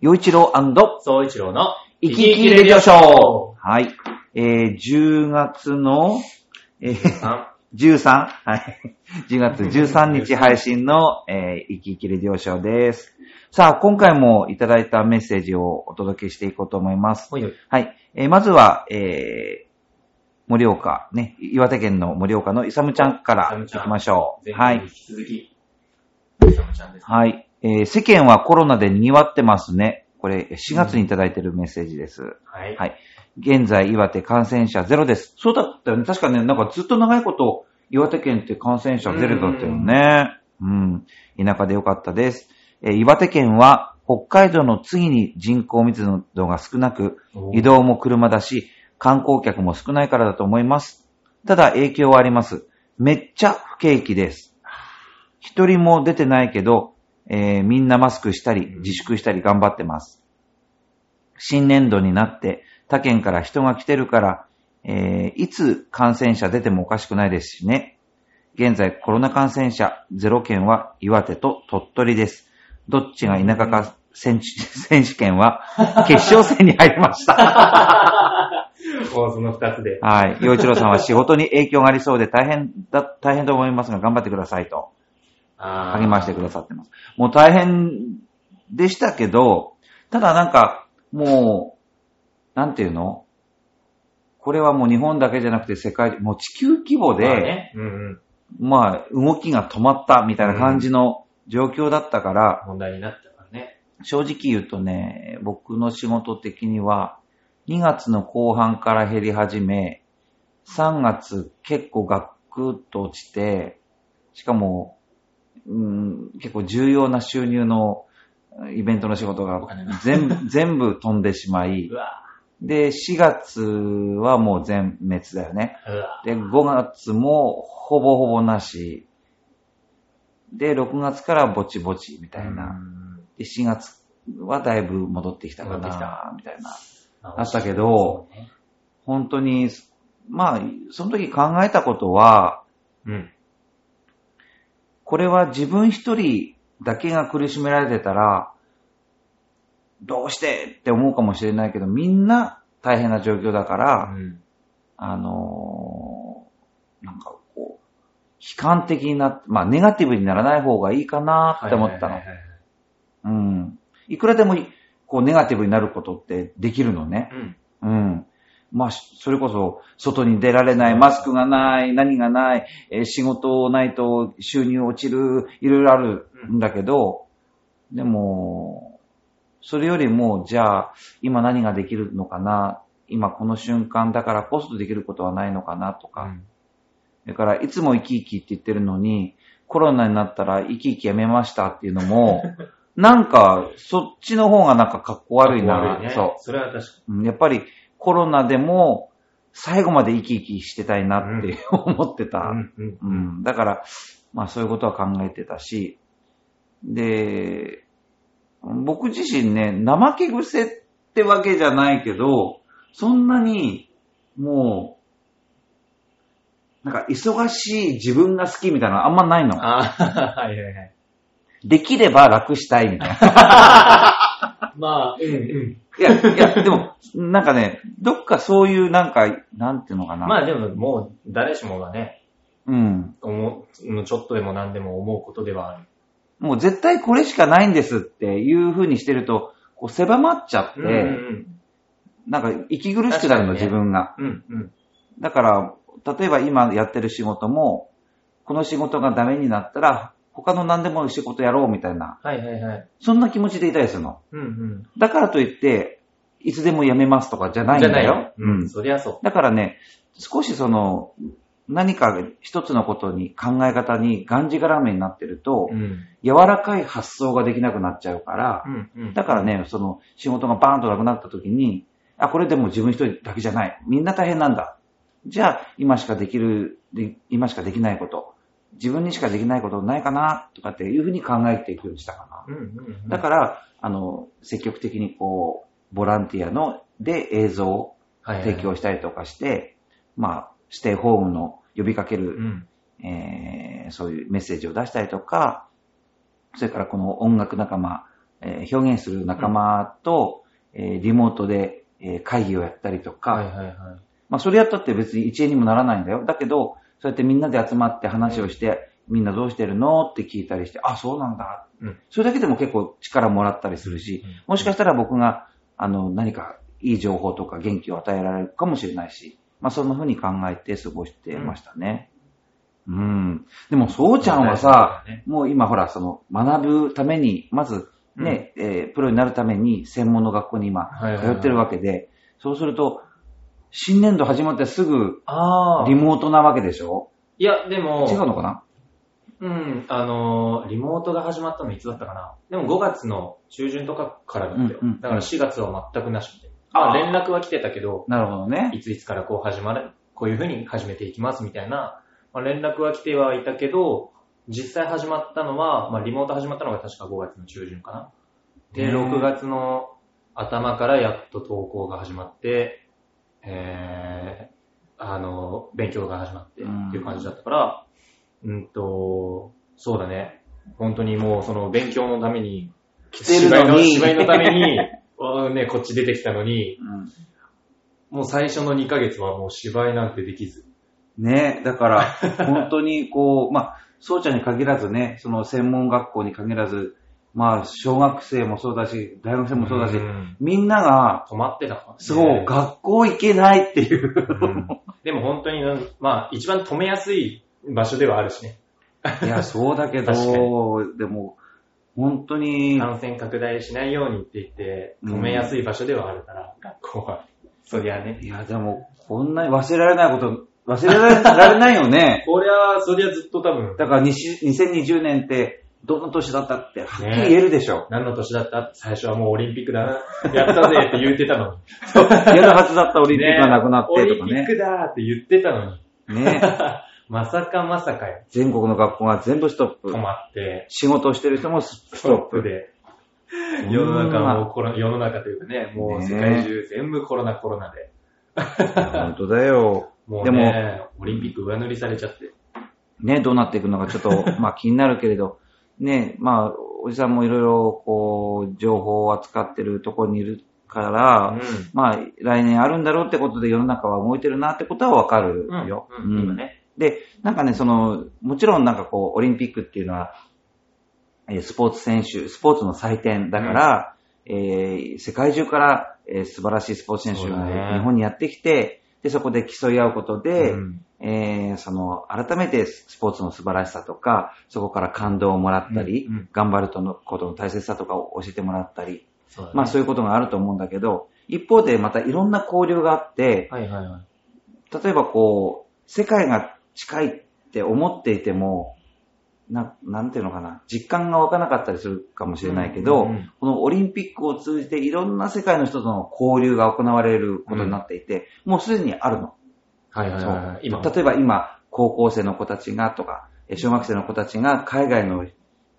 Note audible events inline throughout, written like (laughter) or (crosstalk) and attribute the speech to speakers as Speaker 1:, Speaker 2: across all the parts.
Speaker 1: 洋一郎
Speaker 2: 総一郎の、
Speaker 1: 生き生きレディオショー。はい。えー、10月の、えー、
Speaker 2: さ
Speaker 1: 13? はい。10月13日配信の、えー、生き生きレディオショーです。さあ、今回もいただいたメッセージをお届けしていこうと思います。
Speaker 2: ん。ほいほい。
Speaker 1: はい。えーまずは、えー、盛岡、ね、岩手県の盛岡のイサムちゃんから
Speaker 2: イサム
Speaker 1: 行
Speaker 2: ちゃん
Speaker 1: きましょう。
Speaker 2: 前
Speaker 1: は
Speaker 2: 回に
Speaker 1: い
Speaker 2: 引。き続き、はい、サムちゃんです。
Speaker 1: はい。えー世間はコロナで賑わってますね。これ、4月にいただいてるメッセージです。
Speaker 2: はい。
Speaker 1: はい。現在、岩手感染者ゼロです。そうだったよね。確かね、なんかずっと長いこと、岩手県って感染者ゼロだったよね。うん。田舎でよかったです。えー岩手県は、北海道の次に人口密度が少なく、
Speaker 2: おー
Speaker 1: 移動も車だし、観光客も少ないからだと思います。ただ影響はあります。めっちゃ不景気です。一人も出てないけど、えーみんなマスクしたり、自粛したり頑張ってます。新年度になって他県から人が来てるから、えーいつ感染者出てもおかしくないですしね。現在コロナ感染者ゼロ県は岩手と鳥取です。どっちが田舎か選手 (laughs) 選手権は決勝戦に入りました。
Speaker 2: もうその二つで。
Speaker 1: はい。洋一郎さんは仕事に影響がありそうで大変
Speaker 2: (laughs)
Speaker 1: だ、大変と思いますが頑張ってくださいと
Speaker 2: あー
Speaker 1: 励ましてくださってます。もう大変でしたけど、ただなんか、もう、なんていうのこれはもう日本だけじゃなくて世界、もう地球規模で、
Speaker 2: まあね、うんうん。
Speaker 1: まあ動きが止まったみたいな感じの状況だったから、
Speaker 2: 問題になったからね。
Speaker 1: 正直言うとね、僕の仕事的には、2月の後半から減り始め、3月結構ガクッと落ちて、しかも、うん、結構重要な収入のイベントの仕事が
Speaker 2: お金が、
Speaker 1: 全部全部飛んでしまいう
Speaker 2: わ
Speaker 1: で、4月はもう全滅だよね。
Speaker 2: うわ
Speaker 1: で、5月もほぼほぼなし、で、6月からぼちぼちみたいな。
Speaker 2: うん
Speaker 1: で、4月はだいぶ戻ってきたか
Speaker 2: 戻ってき
Speaker 1: な、みたいな。
Speaker 2: ま
Speaker 1: あったけど、本当に、まあ、その時考えたことは、
Speaker 2: そうね
Speaker 1: これは自分一人だけが苦しめられてたら、どうしてって思うかもしれないけど、みんな大変な状況だか
Speaker 2: う
Speaker 1: ら、
Speaker 2: ん。うん。
Speaker 1: あのーなんかこう、悲観的になって、まあ、ネガティブにならない方がいいかなって思った
Speaker 2: は
Speaker 1: の
Speaker 2: い。はいはいはい
Speaker 1: うん。いくらでも、こう、ネガティブになることってできるのね。
Speaker 2: うん。
Speaker 1: うん。まあ、しそれこそ、外に出られない、マスクがない、何がない、えー仕事ないと収入落ちる、いろいろあるんだけど、でも、それよりも、じゃあ、今何ができるのかな、今この瞬間だからこそできることはないのかなとか、だから、いつも生き生きって言ってるのに、コロナになったら生き生きやめましたっていうの (laughs) も、なんか、そっちの方がなんか格好悪いな、
Speaker 2: ね。
Speaker 1: そう。
Speaker 2: それは確かに。
Speaker 1: うんやっぱりコロナでも最後まで生き生きしてたいなって (laughs) 思ってた。
Speaker 2: うん
Speaker 1: うんだから、まあそういうことは考えてたし、で、僕自身ね、怠け癖ってわけじゃないけど、そんなにもう、なんか忙しい自分が好きみたいなのあんまないの。
Speaker 2: ああ、はいはいはい。
Speaker 1: できれば楽したいみたいな。
Speaker 2: (laughs) まあ、うんうん。
Speaker 1: いや、いや、でも、なんかね、どっかそういうなんか、なんていうのかな。
Speaker 2: まあでも、もう、誰しもがね、
Speaker 1: うん。
Speaker 2: 思ううん、ちょっとでも何でも思うことではある。
Speaker 1: もう絶対これしかないんですっていう風にしてると、こう狭まっちゃって、
Speaker 2: うんうん
Speaker 1: なんか息苦しくなるの、
Speaker 2: 確かにね
Speaker 1: 自分が。
Speaker 2: うん。うん
Speaker 1: だから、例えば今やってる仕事も、この仕事がダメになったら、他の何でも仕事やろうみたいな、
Speaker 2: はいはいはい。
Speaker 1: そんな気持ちでいたりするの。
Speaker 2: うんうん。
Speaker 1: だからといって、いつでも辞めますとかじゃないんだよ。
Speaker 2: じゃないう
Speaker 1: うん
Speaker 2: ん。そりゃそ
Speaker 1: だからね、少しその、何か一つのことに考え方にがんじがらめになってると
Speaker 2: う。、ん。
Speaker 1: 柔らかい発想ができなくなっちゃうから、
Speaker 2: うんうん。
Speaker 1: だからね、その仕事がバーンとなくなった時に、あ、これでも自分一人だけじゃない。みんな大変なんだ。じゃあ、今しかできる、で今しかできないこと、自分にしかできないことないかな、とかっていうふうに考えていくようにしたか
Speaker 2: うんうんうん。
Speaker 1: な。だから、あの、積極的にこう、ボランティアの、で映像を
Speaker 2: はいはい
Speaker 1: 提供したりとかして、まあ、ステイホームの呼びかける
Speaker 2: うん。
Speaker 1: えーそういうメッセージを出したりとか、それからこの音楽仲間えー表現する仲間と、えーリモートで、えー会議をやったりとか、
Speaker 2: はいはいはい。
Speaker 1: まあそれやったって別に一円にもならないんだよ。だけど、そうやってみんなで集まって話をして、みんなどうしてるのって聞いたりして、あ、そうなんだ。
Speaker 2: うん
Speaker 1: それだけでも結構力もらったりするし、もしかしたら僕が、あの、何かいい情報とか元気を与えられるかもしれないし、まあそんな風に考えて過ごしてましたね。うん。でも、そうちゃんはさ、
Speaker 2: そうだね
Speaker 1: もう今ほら、その、学ぶために、まずね、えープロになるために専門の学校に今
Speaker 2: はいはい
Speaker 1: 通
Speaker 2: はい
Speaker 1: ってるわけで、そうすると、新年度始まってすぐ
Speaker 2: ああ
Speaker 1: リ。モートなわけでしょ
Speaker 2: いや、でも、
Speaker 1: 違うのかな
Speaker 2: うん、あのーリモートが始まったのいつだったかな。でも5月の中旬とかからだったよ。
Speaker 1: うんうん
Speaker 2: だから4月は全くなしで。
Speaker 1: あ
Speaker 2: ま
Speaker 1: あ
Speaker 2: あ連絡は来てたけど、
Speaker 1: なるほどね。
Speaker 2: いついつからこう始まる、こういう風に始めていきますみたいな、まあ、連絡は来てはいたけど、実際始まったのは、まあ、リモート始まったのが確か5月の中旬かな。
Speaker 1: へー
Speaker 2: で、6月の頭からやっと投稿が始まって、えー、あの、勉強が始まって
Speaker 1: うん
Speaker 2: っていう感じだったから、うんと、そうだね。本当にもうその勉強のために、
Speaker 1: 来てるのに。
Speaker 2: 芝居の芝居のために、 (laughs) あーね、こっち出てきたのに、
Speaker 1: うん
Speaker 2: もう最初の2ヶ月はもう芝居なんてできず。
Speaker 1: ね、だから、本当にこう、まあ、そうちゃんに限らずね、その専門学校に限らず、まあ、小学生もそうだし、大学生もそうだし、
Speaker 2: ん
Speaker 1: みんなが、
Speaker 2: 止まってたからね
Speaker 1: そう、学校行けないっていう。
Speaker 2: うんでも本当になん、まあ一番止めやすい場所ではあるしね。
Speaker 1: いや、そうだけど
Speaker 2: 確か、
Speaker 1: でも、本当に、
Speaker 2: 感染拡大しないようにって言って、止めやすい場所ではあるから、学校は。そりゃね。
Speaker 1: いや、でも、こんなに忘れられないこと、忘れられないよ (laughs) ね。
Speaker 2: こりゃ、そりゃずっと多分、
Speaker 1: だから、にし2020年って、どの年だったって、はっきり言えるでしょ。
Speaker 2: 何の年だった最初はもうオリンピックだな。やったぜって言ってたのに。
Speaker 1: やるはずだ (laughs) ったオリンピックがなくなってとか
Speaker 2: オリン
Speaker 1: ね
Speaker 2: ピッ。クだーって言ってたのに。
Speaker 1: ね
Speaker 2: まさかまさかよ。
Speaker 1: 全国の学校が全部ストップ
Speaker 2: 止。まって。
Speaker 1: 仕事をしてる人もス
Speaker 2: ス
Speaker 1: ス
Speaker 2: トッ
Speaker 1: トッ
Speaker 2: プ
Speaker 1: プ。
Speaker 2: で、
Speaker 1: ん
Speaker 2: 世の中もコロ、世の中というかね、もう
Speaker 1: ねえ
Speaker 2: 世界中全部コロナコロナで、 (laughs)
Speaker 1: 本当だよ。
Speaker 2: も
Speaker 1: で
Speaker 2: う
Speaker 1: も、
Speaker 2: ね、オリンピック上塗りされちゃって。
Speaker 1: ね、どうなっていくのかちょっと、まあ気になるけれど、 (laughs) ね、まあ、おじさんもいろいろ、こう、情報を扱ってるところにいるから、
Speaker 2: う
Speaker 1: まあ、来年あるんだろうってことで世の中は動いてるなってことはわかる
Speaker 2: ん。
Speaker 1: よ。
Speaker 2: うん
Speaker 1: うん
Speaker 2: 今ね。
Speaker 1: で、なんかね、その、もちろんなんかこう、オリンピックっていうのは、えースポーツ選手、スポーツの祭典だから、えー世界中から、えー素晴らしいスポーツ選手
Speaker 2: そうだ
Speaker 1: が
Speaker 2: ね
Speaker 1: 日本にやってきて、で、そこで競い合うことで、
Speaker 2: うん
Speaker 1: えーその、改めてスポーツの素晴らしさとか、そこから感動をもらったり、
Speaker 2: うんうん
Speaker 1: 頑張るとのことの大切さとかを教えてもらったり、
Speaker 2: そうだね
Speaker 1: まあそういうことがあると思うんだけど、一方でまたいろんな交流があって、
Speaker 2: はいはいはい。
Speaker 1: 例えばこう、世界が近いって思っていても、ななんていうのかな、実感が湧かなかったりするかもしれないけど、
Speaker 2: うんうんうん
Speaker 1: このオリンピックを通じていろんな世界の人との交流が行われることになっていて、もうすでにあるの。
Speaker 2: はいはいはいはい。今、
Speaker 1: 例えば今、高校生の子たちがとか、え小学生の子たちが海外の、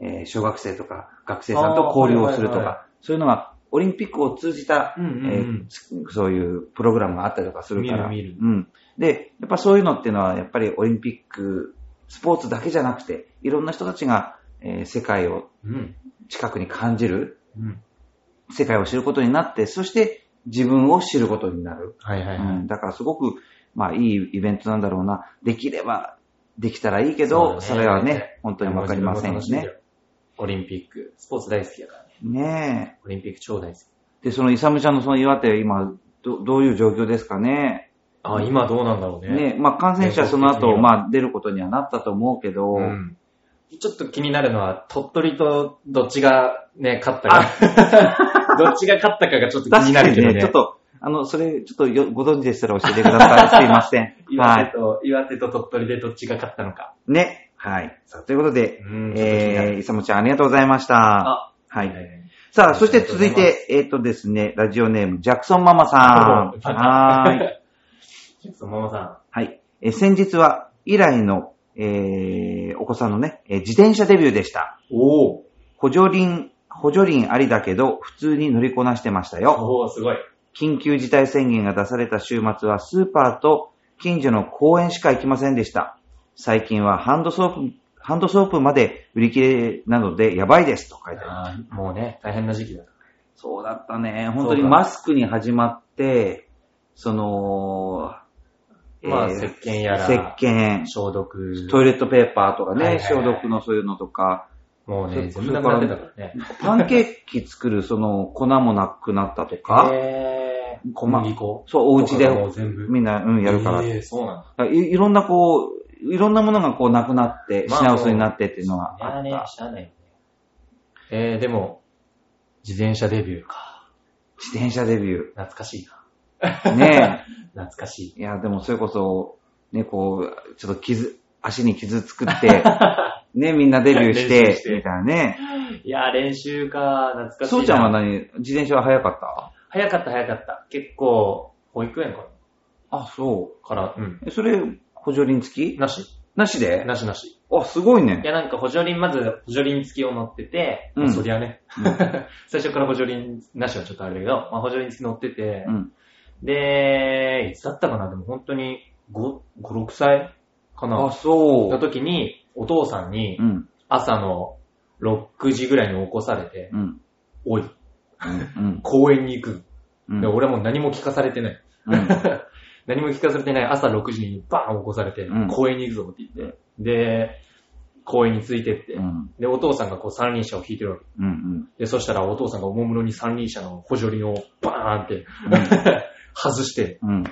Speaker 1: えー小学生とか学生さんと交流をすると
Speaker 2: あーはいはい
Speaker 1: か、そういうのがオリンピックを通じた、
Speaker 2: うんうんうん
Speaker 1: えーつそういうプログラムがあったりとかするから。
Speaker 2: 見る見る
Speaker 1: うん。で、やっぱそういうのっていうのは、やっぱりオリンピック、スポーツだけじゃなくて、いろんな人たちが、えー世界を
Speaker 2: うん。
Speaker 1: 近くに感じる、
Speaker 2: うん。
Speaker 1: 世界を知ることになって、そして自分を知ることになる。
Speaker 2: はいはいは
Speaker 1: う
Speaker 2: い。
Speaker 1: ん、だからすごく、まあ、いいイベントなんだろうな。できれば、できたらいいけど、そ,、
Speaker 2: うだ
Speaker 1: れはね、本当にわかりませんし。
Speaker 2: 自分も楽み
Speaker 1: ね。
Speaker 2: だよオリンピック、スポーツ大好きだからね。
Speaker 1: ね
Speaker 2: オリンピック超大好き。
Speaker 1: え。で、そのイサムちゃんのその岩手、今、どどういう状況ですかね。
Speaker 2: あ、今どうなんだろうね。
Speaker 1: ねえまあ、感染者はその
Speaker 2: 全国的に
Speaker 1: 後、
Speaker 2: は
Speaker 1: まあ、出ることにはなったと思うけど、
Speaker 2: うんちょっと気になるのは、鳥取とどっちがね、勝ったか。 (laughs) どっちが勝ったかがちょっと気に
Speaker 1: 確
Speaker 2: な
Speaker 1: か
Speaker 2: る
Speaker 1: に
Speaker 2: けど
Speaker 1: ね
Speaker 2: ね。。
Speaker 1: ちょっと、あの、それ、ちょっとよご存知でしたら教えてください。すいません
Speaker 2: (laughs)
Speaker 1: は
Speaker 2: 岩手
Speaker 1: い。
Speaker 2: と、岩手と鳥取でどっちが勝ったのか。
Speaker 1: ね。はい。さあ、ということで、
Speaker 2: うんちょっと気になる
Speaker 1: えー、イサムちゃんありがとうございました。
Speaker 2: あ、
Speaker 1: はい。
Speaker 2: え
Speaker 1: さあ、そして続い
Speaker 2: あり
Speaker 1: て、えっ、とですね、ラジオネーム、ジャクソンママさん。
Speaker 2: どうも
Speaker 1: はーい。
Speaker 2: ーそのままさ
Speaker 1: はい。えー先日は、以来の、えーお子さんのね、えー自転車デビューでした。
Speaker 2: ん。おお
Speaker 1: 補助輪、補助輪ありだけど、普通に乗りこなしてましたよ。
Speaker 2: おおすごい。
Speaker 1: 緊急事態宣言が出された週末は、スーパーと近所の公園しか行きませんでした。最近はハンドソープ、ハンドソープまで売り切れなのでやばいですと書いてある。
Speaker 2: あーもうね、大変な時期だ。
Speaker 1: そうだったね。本当に
Speaker 2: そうだ
Speaker 1: マスクに始まって、その、
Speaker 2: まあ、
Speaker 1: えー
Speaker 2: 石鹸やら、
Speaker 1: 石鹸、
Speaker 2: 消毒、
Speaker 1: トイレットペーパーとかね、
Speaker 2: はいはいはい
Speaker 1: 消毒のそういうのとか、
Speaker 2: もうね、
Speaker 1: そ
Speaker 2: 全部なくなってたからね。
Speaker 1: パンケーキ作るその粉もなくなったとか、
Speaker 2: えー、小
Speaker 1: まあ
Speaker 2: 麦粉
Speaker 1: そう、お家で
Speaker 2: とかもう全部。
Speaker 1: みんな、うん、やるから。
Speaker 2: えー、そうなんだ。
Speaker 1: いいろんなこう、いろんなものがこうなくなって、
Speaker 2: まあ
Speaker 1: 品薄になってっていうのがあ
Speaker 2: あ
Speaker 1: っ
Speaker 2: ね、
Speaker 1: た。
Speaker 2: 知らないよね。えー、でも、自転車デビューか。
Speaker 1: 自転車デビュ
Speaker 2: 懐かしいな。 (laughs)
Speaker 1: ー。ね
Speaker 2: 懐かしい。
Speaker 1: え。いや、でもそれこそ、ね、こう、ちょっと傷、足に傷作
Speaker 2: (laughs)
Speaker 1: って、ね、みんなデビューし
Speaker 2: 練習
Speaker 1: て
Speaker 2: し、て
Speaker 1: みたいなね。
Speaker 2: いやー、練習か、懐かしいな。
Speaker 1: そうちゃんは何自転車は早かった
Speaker 2: 早かった、早かった。結構、保育園か
Speaker 1: あ、そ
Speaker 2: なから、うん。
Speaker 1: う。えそれ、補助輪付き
Speaker 2: なし
Speaker 1: なしで
Speaker 2: なしなし。
Speaker 1: あ、すごい
Speaker 2: い
Speaker 1: ね。
Speaker 2: や、なんか補助輪、まず補助輪付きを乗ってて、
Speaker 1: うん
Speaker 2: まあそりゃね、 (laughs) 最初から補助輪なしはちょっとあれだけど、まあ、補助輪付き乗ってて、
Speaker 1: うん。
Speaker 2: で、いつだったかなでも本当に5、5、6歳か
Speaker 1: あ、
Speaker 2: な
Speaker 1: そ
Speaker 2: の
Speaker 1: う。
Speaker 2: 時に、お父さんに
Speaker 1: うん、
Speaker 2: 朝の6時ぐらいに起こされて、
Speaker 1: うん、
Speaker 2: おい、
Speaker 1: うん、
Speaker 2: 公園に行く。
Speaker 1: うん。
Speaker 2: で俺も何も聞かされてない。 (laughs)
Speaker 1: うん
Speaker 2: 何も聞かされてない朝6時にバーン起こされて、
Speaker 1: うん
Speaker 2: 公園に行くぞって言って、で、公園についてって、
Speaker 1: うん、
Speaker 2: で、お父さんがこう三輪車を引いてるわけ。
Speaker 1: うん、うん。
Speaker 2: で、そしたらお父さんがおもむろに三輪車の補助輪をバーンって外して、
Speaker 1: うん。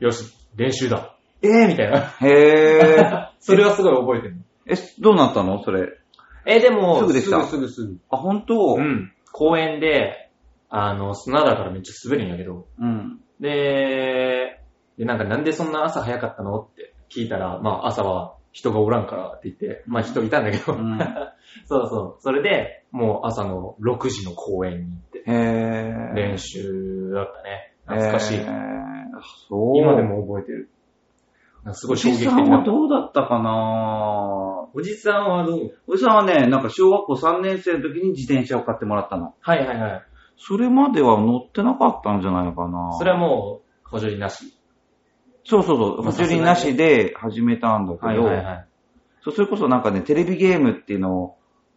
Speaker 2: よし、練習だ。 (laughs)
Speaker 1: え
Speaker 2: えー、
Speaker 1: え
Speaker 2: みたいな。
Speaker 1: へえ。
Speaker 2: それはすごい覚えてる。
Speaker 1: え、どうなったのそれ。
Speaker 2: えー、でも、
Speaker 1: すぐできた
Speaker 2: すぐすぐす
Speaker 1: あ、本当
Speaker 2: ぐ。うん。公園で、あの、砂だからめっちゃ滑るんやけど、
Speaker 1: うん。
Speaker 2: で、で、なんかなんでそんな朝早かったのって聞いたら、まあ朝は人がおらんからって言って、まあ人いたんだけど、
Speaker 1: うん
Speaker 2: (laughs) そうそう。それで、もう朝の6時の公園に行って、
Speaker 1: へえ。
Speaker 2: 練習だったね。懐かし
Speaker 1: へ
Speaker 2: い。
Speaker 1: ーそう。
Speaker 2: 今で。も覚えてる。なんかすご
Speaker 1: お
Speaker 2: い衝
Speaker 1: じ
Speaker 2: 撃的
Speaker 1: さんは
Speaker 2: な。
Speaker 1: どうだったかな
Speaker 2: おじさんはどう
Speaker 1: おじさんはね、なんか小学校3年生の時に自転車を買ってもらったの。
Speaker 2: はいはいはい。
Speaker 1: それまでは乗ってなかったんじゃないかな
Speaker 2: それはもう、補助輪なし。
Speaker 1: そうそうそう。
Speaker 2: まあ
Speaker 1: 補助輪なしで始めたんだけど、
Speaker 2: はい。
Speaker 1: そうそれこそなんかね、テレビゲームっていうのを、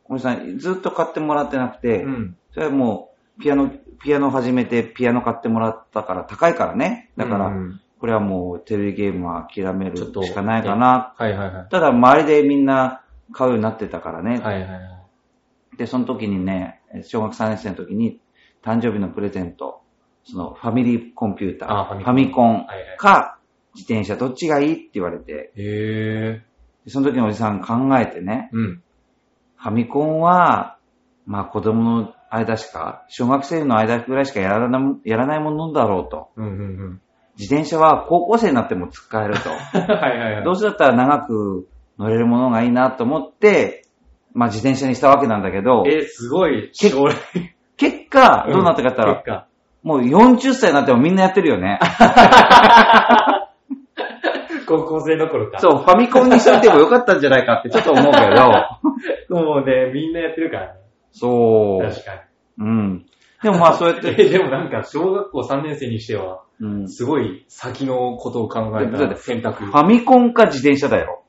Speaker 1: おじさんずっと買ってもらってなくて、
Speaker 2: うん。
Speaker 1: それはもう、ピアノ、ピアノ始めてピアノ買ってもらったから高いからね。だから、
Speaker 2: うん
Speaker 1: これはもうテレビゲームは諦める
Speaker 2: ちょっと
Speaker 1: しかないかな。
Speaker 2: はいはいはい。
Speaker 1: ただ周りでみんな買うようになってたからね。
Speaker 2: はいはいはい。
Speaker 1: で、その時にね、小学3年生の時に誕生日のプレゼント、そのファミリーコンピュータ
Speaker 2: あ
Speaker 1: ー、
Speaker 2: フ
Speaker 1: ファ
Speaker 2: ァ
Speaker 1: ミ
Speaker 2: ミ
Speaker 1: コン
Speaker 2: はいはい。
Speaker 1: か自転車どっちがいいって言われて、
Speaker 2: へえ。
Speaker 1: でその時のおじさん考えてね、
Speaker 2: うん。
Speaker 1: ファミコンは、まあ子供の間しか、小学生の間ぐらいしかやらなやらないものだろうと。
Speaker 2: うんうんうん。 (laughs)
Speaker 1: 自転車は高校生になっても使えると。
Speaker 2: はいはいはい。
Speaker 1: どうせだったら長く乗れるものがいいなと思って、まあ自転車にしたわけなんだけど、
Speaker 2: えー、すごい、
Speaker 1: 結
Speaker 2: 将来。
Speaker 1: 結果、どうなったかって言ったら
Speaker 2: 結、果
Speaker 1: もう40歳になってもみんなやってるよね。
Speaker 2: 高校生の頃
Speaker 1: (laughs)
Speaker 2: か。
Speaker 1: そう、ファミコンにしといてもよかったんじゃないかってちょっと思うけど、
Speaker 2: う。もうね、みんなやってるからね。
Speaker 1: そう。
Speaker 2: 確か
Speaker 1: うん。でもまあそうやっ
Speaker 2: に。
Speaker 1: て、
Speaker 2: (laughs) えでもなんか、小学校3年生にしては、
Speaker 1: うん、フ
Speaker 2: すごい先のことを考え
Speaker 1: だって
Speaker 2: た選択。
Speaker 1: ァミコンか自転車だよ。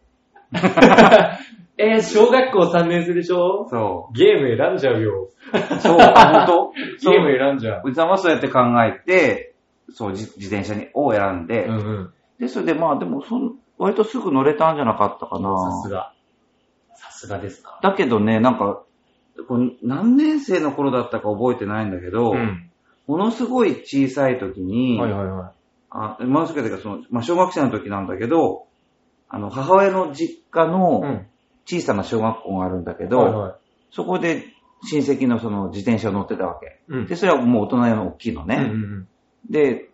Speaker 2: (laughs) えー、小学校3年生でしょ
Speaker 1: そ
Speaker 2: ゲーム選んじゃうよ。
Speaker 1: う。そう、本
Speaker 2: ゲ
Speaker 1: (laughs) そう
Speaker 2: ーム選んじゃう
Speaker 1: 当。おじさんはそうやって考えて、そう、じ自転車にを選んで、
Speaker 2: うんうん。
Speaker 1: で、それでまあでもそん、割とすぐ乗れたんじゃなかったかな。
Speaker 2: さすが。さすがですか。
Speaker 1: だけどね、なんか、こう何年生の頃だったか覚えてないんだけど、
Speaker 2: うん。
Speaker 1: ものすごい小さい時に、
Speaker 2: はいはいはい。
Speaker 1: あものすごいというかその、まあ、小学生の時なんだけど、あの、母親の実家
Speaker 2: う
Speaker 1: の
Speaker 2: ん。
Speaker 1: 小さな小学校があるんだけど、
Speaker 2: はいはい
Speaker 1: そこで親戚のその自転車を乗ってたわけ。
Speaker 2: うん。
Speaker 1: で、それはもう大人用の大きいの
Speaker 2: うんう
Speaker 1: ね。
Speaker 2: ん
Speaker 1: で、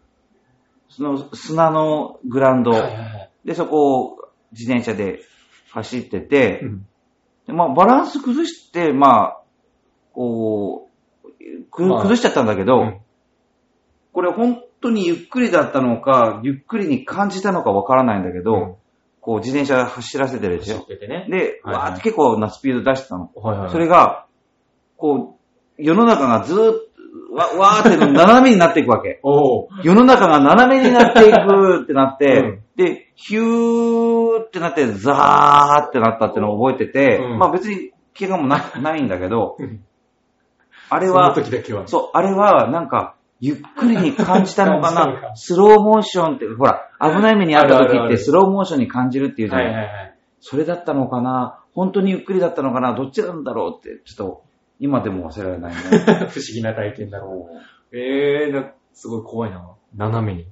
Speaker 1: その砂のグラウン
Speaker 2: う
Speaker 1: ド、
Speaker 2: ん。はいはいはい。
Speaker 1: で、そこを自転車で走ってて、
Speaker 2: うん
Speaker 1: でまあ、バランス崩して、まあ、こう、く
Speaker 2: まあ
Speaker 1: 崩しちゃったんだけど、
Speaker 2: うん
Speaker 1: これ本当にゆっくりだったのか、ゆっくりに感じたのかわからないんだけど、
Speaker 2: うん
Speaker 1: こう自転車走らせてるでし
Speaker 2: 走っ
Speaker 1: ょ。
Speaker 2: ててね。
Speaker 1: で、
Speaker 2: はいはい
Speaker 1: わーって結構なスピード出してたの。
Speaker 2: はいはいはい。
Speaker 1: それが、こう、世の中がずーっと、わわーって斜めになっていくわけ。
Speaker 2: おー。
Speaker 1: 世の中が斜めになっていくってなって、
Speaker 2: うん
Speaker 1: で、ヒューってなって、ザーってなったってのを覚えてて、
Speaker 2: うん
Speaker 1: まあ別に怪我もなないんだけど、あ
Speaker 2: あ
Speaker 1: れは
Speaker 2: そ、の時だけは。
Speaker 1: そう、あれはなんか、ゆっくりに感じたのか
Speaker 2: 感じたの
Speaker 1: な
Speaker 2: か
Speaker 1: スローモーションって、ほら、危ない目にあった
Speaker 2: あるあ
Speaker 1: 時
Speaker 2: る
Speaker 1: っ
Speaker 2: あ
Speaker 1: て
Speaker 2: る
Speaker 1: スローモーションに感じるっていうじゃ
Speaker 2: は
Speaker 1: ないい、
Speaker 2: はいはい。
Speaker 1: それだったのかな本当にゆっくりだったのかなどっちなんだろうって、ちょっと、今でも忘れられない
Speaker 2: (laughs)
Speaker 1: ね。
Speaker 2: (laughs) 不思議な体験だろう。ええー、なすごい怖いな。斜めに。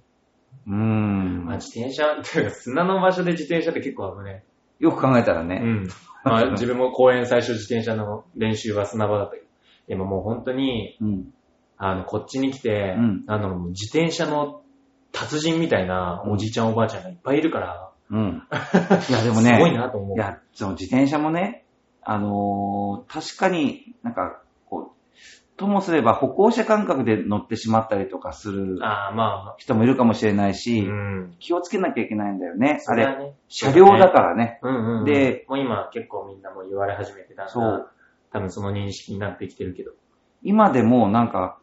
Speaker 1: うーん
Speaker 2: まあ、。自転車、ていうか砂の場所で自転車って結構危ね
Speaker 1: よく考えたら
Speaker 2: え。う
Speaker 1: ね。
Speaker 2: (laughs) ん。まあ、自分も公園最初自転車の練習は砂場だったけど。でももう本当に、
Speaker 1: うん。
Speaker 2: あの、こっちに来て、
Speaker 1: うん
Speaker 2: あの、自転車の達人みたいなおじいちゃんおばあちゃんがいっぱいいるから、 (laughs)
Speaker 1: うん。いや、でも
Speaker 2: す
Speaker 1: ね。
Speaker 2: ごいなと思う。
Speaker 1: いや、その自転車もね、あのー確かになんか、こう、ともすれば歩行者感覚で乗ってしまったりとかする
Speaker 2: ああ、まあ、
Speaker 1: 人もいるかもしれないうし、
Speaker 2: ん。
Speaker 1: 気をつけなきゃいけないんだよね。あ
Speaker 2: れ
Speaker 1: れ、
Speaker 2: はね、
Speaker 1: 車両だからね。
Speaker 2: うんうんうん。
Speaker 1: で、
Speaker 2: もう今結構みんなもう言われ始めてたか
Speaker 1: そ
Speaker 2: ら
Speaker 1: う、
Speaker 2: 多分その認識になってきてるけど。
Speaker 1: 今でもなんか、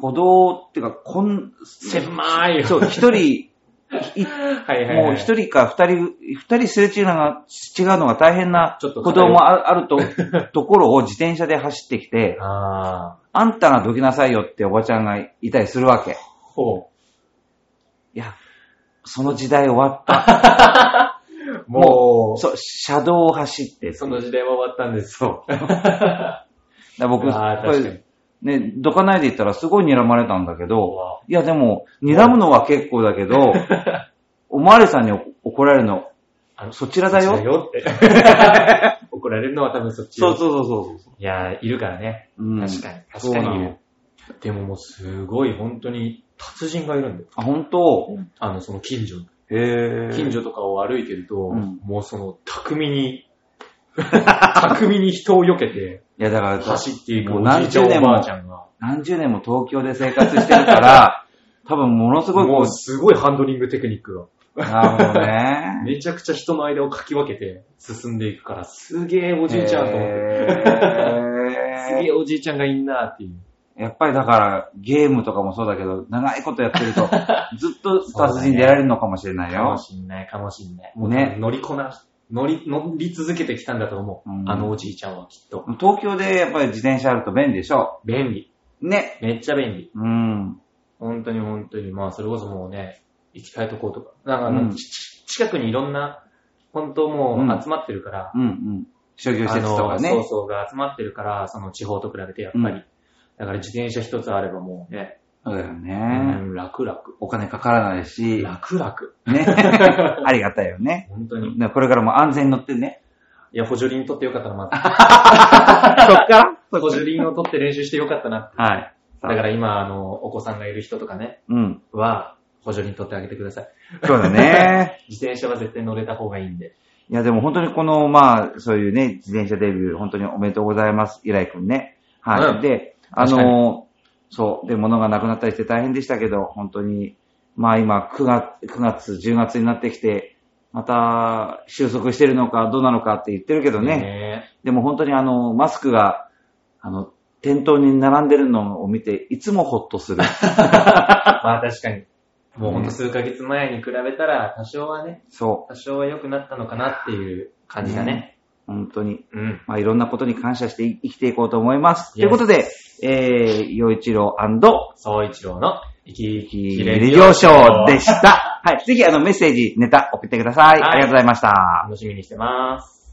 Speaker 1: 歩道っていうか、こん、
Speaker 2: 狭いよ。 (laughs)
Speaker 1: そう、一人、い
Speaker 2: はいはいはい。
Speaker 1: もう一人か二人、二人すれ違うのが違うのが大変な
Speaker 2: ちょっと
Speaker 1: 歩道もああると、ところを自転車で走ってきて、
Speaker 2: ああ、
Speaker 1: あんたがどきなさいよっておばちゃんがいたりするわけ。
Speaker 2: ほ
Speaker 1: いや、その時代終わった。
Speaker 2: う。もう、そ
Speaker 1: そう、車道を走って、だか
Speaker 2: の時代は終わったんです。そう。
Speaker 1: ら僕、
Speaker 2: あー
Speaker 1: こ
Speaker 2: 確かに
Speaker 1: れ、ね、どかないで言ったらすごい睨まれたんだけ
Speaker 2: うわ
Speaker 1: ど、いやでも、睨むのは結構だけ
Speaker 2: (laughs)
Speaker 1: ど、おまわりさんに怒られるの、
Speaker 2: あの
Speaker 1: そちらだよ。 (laughs)
Speaker 2: って。怒られるのは多分そっちよ。
Speaker 1: そうそうそうそ
Speaker 2: いやー、いるからね。
Speaker 1: う。うん、
Speaker 2: 確かに。
Speaker 1: そ
Speaker 2: 確
Speaker 1: う
Speaker 2: か
Speaker 1: な
Speaker 2: にい
Speaker 1: の
Speaker 2: る。。でももうすごい本当に達人がいるんだよ。
Speaker 1: あ、本当
Speaker 2: あの、その近所。
Speaker 1: へぇ
Speaker 2: 近所とかを歩いてると、
Speaker 1: うん
Speaker 2: もうその、巧みに、 (laughs) 巧みに人を避けて、
Speaker 1: いやだから、
Speaker 2: 走っていく
Speaker 1: も
Speaker 2: お
Speaker 1: う
Speaker 2: じい
Speaker 1: 何
Speaker 2: ちゃん
Speaker 1: 十年
Speaker 2: おば
Speaker 1: も
Speaker 2: あちゃんが、
Speaker 1: 何十年も東京で生活してるから、多分ものすごい
Speaker 2: も
Speaker 1: こ
Speaker 2: う
Speaker 1: う、
Speaker 2: すごいハンドリングテクニックが。
Speaker 1: なるほど
Speaker 2: (laughs)
Speaker 1: ね。
Speaker 2: めちゃくちゃ人の間をかき分けて進んでいくから、すげえおじいちゃんと思って。
Speaker 1: (laughs)
Speaker 2: すげ
Speaker 1: え
Speaker 2: えおじいちゃんがいんなっていう。
Speaker 1: やっぱりだから、ゲームとかもそうだけど、長いことやってる (laughs) と、ずっと達人出られるのかもしれない
Speaker 2: かも
Speaker 1: よ。
Speaker 2: しんない、かもしんない。もうね
Speaker 1: ね、
Speaker 2: 乗りこな、乗り、乗り続けてきたんだと思う。
Speaker 1: うん
Speaker 2: あのおじいちゃんはきっと。
Speaker 1: 東京でやっぱり自転車あると便利でしょ。
Speaker 2: 便利。
Speaker 1: ね。
Speaker 2: めっちゃ便利。
Speaker 1: うん。
Speaker 2: 本当に本当に。まあ、それこそもうね、行きたいとことか。なんかあの、
Speaker 1: うん
Speaker 2: ちち近くにいろんな、本当
Speaker 1: う
Speaker 2: も
Speaker 1: ん
Speaker 2: う集まってるから、
Speaker 1: うんうん。商業施設とかね。
Speaker 2: そうそうが集まってるから、その地方と比べてやっぱり。
Speaker 1: うん
Speaker 2: だから自転車一つあればもうね、
Speaker 1: そうだよ
Speaker 2: う
Speaker 1: ね。
Speaker 2: ん、楽々。
Speaker 1: お金かからないし、
Speaker 2: 楽々。
Speaker 1: (laughs) ね。ありがたいよね。
Speaker 2: 本当に。い
Speaker 1: ねこれからも安全に乗ってね。
Speaker 2: や、補助輪取ってよかったな、まず。
Speaker 1: そっから
Speaker 2: 補助輪を取って練習してよかったな。
Speaker 1: はい。
Speaker 2: だから今、あの、お子さんがいる人とかね、
Speaker 1: うん。
Speaker 2: は、補助輪取ってあげてください。
Speaker 1: そうだね。
Speaker 2: 自転車は絶対乗れた方がいいんで。
Speaker 1: いや、でも本当にこの、まあ、そういうね、自転車デビュー、本当におめでとうございます、イライ君ね。はい。
Speaker 2: うん
Speaker 1: で、あ
Speaker 2: 確か
Speaker 1: の、そう、で、物がなくなったりして大変でしたけど、本当に、まあ今、9月、9月、10月になってきて、また、収束してるのか、どうなのかって言ってるけどね、
Speaker 2: ね
Speaker 1: でも本当にあの、マスクが、あの、店頭に並んでるのを見て、いつもホッとする。
Speaker 2: (laughs) まあ確かに。もうほんと数ヶ月前に比べたら、多少はね、
Speaker 1: そ
Speaker 2: 多少は良くなったのかなっていう感じだね。
Speaker 1: う、本当に。
Speaker 2: うん。
Speaker 1: まあ、いろんなことに感謝して生きていこうと思います。
Speaker 2: Yes.
Speaker 1: ということで、えー、洋一郎
Speaker 2: 総一郎の生き生き
Speaker 1: 切れ了承で
Speaker 2: し
Speaker 1: した。はい。ぜひ、あの、メッセージ、ネタ送ってください。
Speaker 2: はい
Speaker 1: ありがとうございました。
Speaker 2: 楽しみにしてます。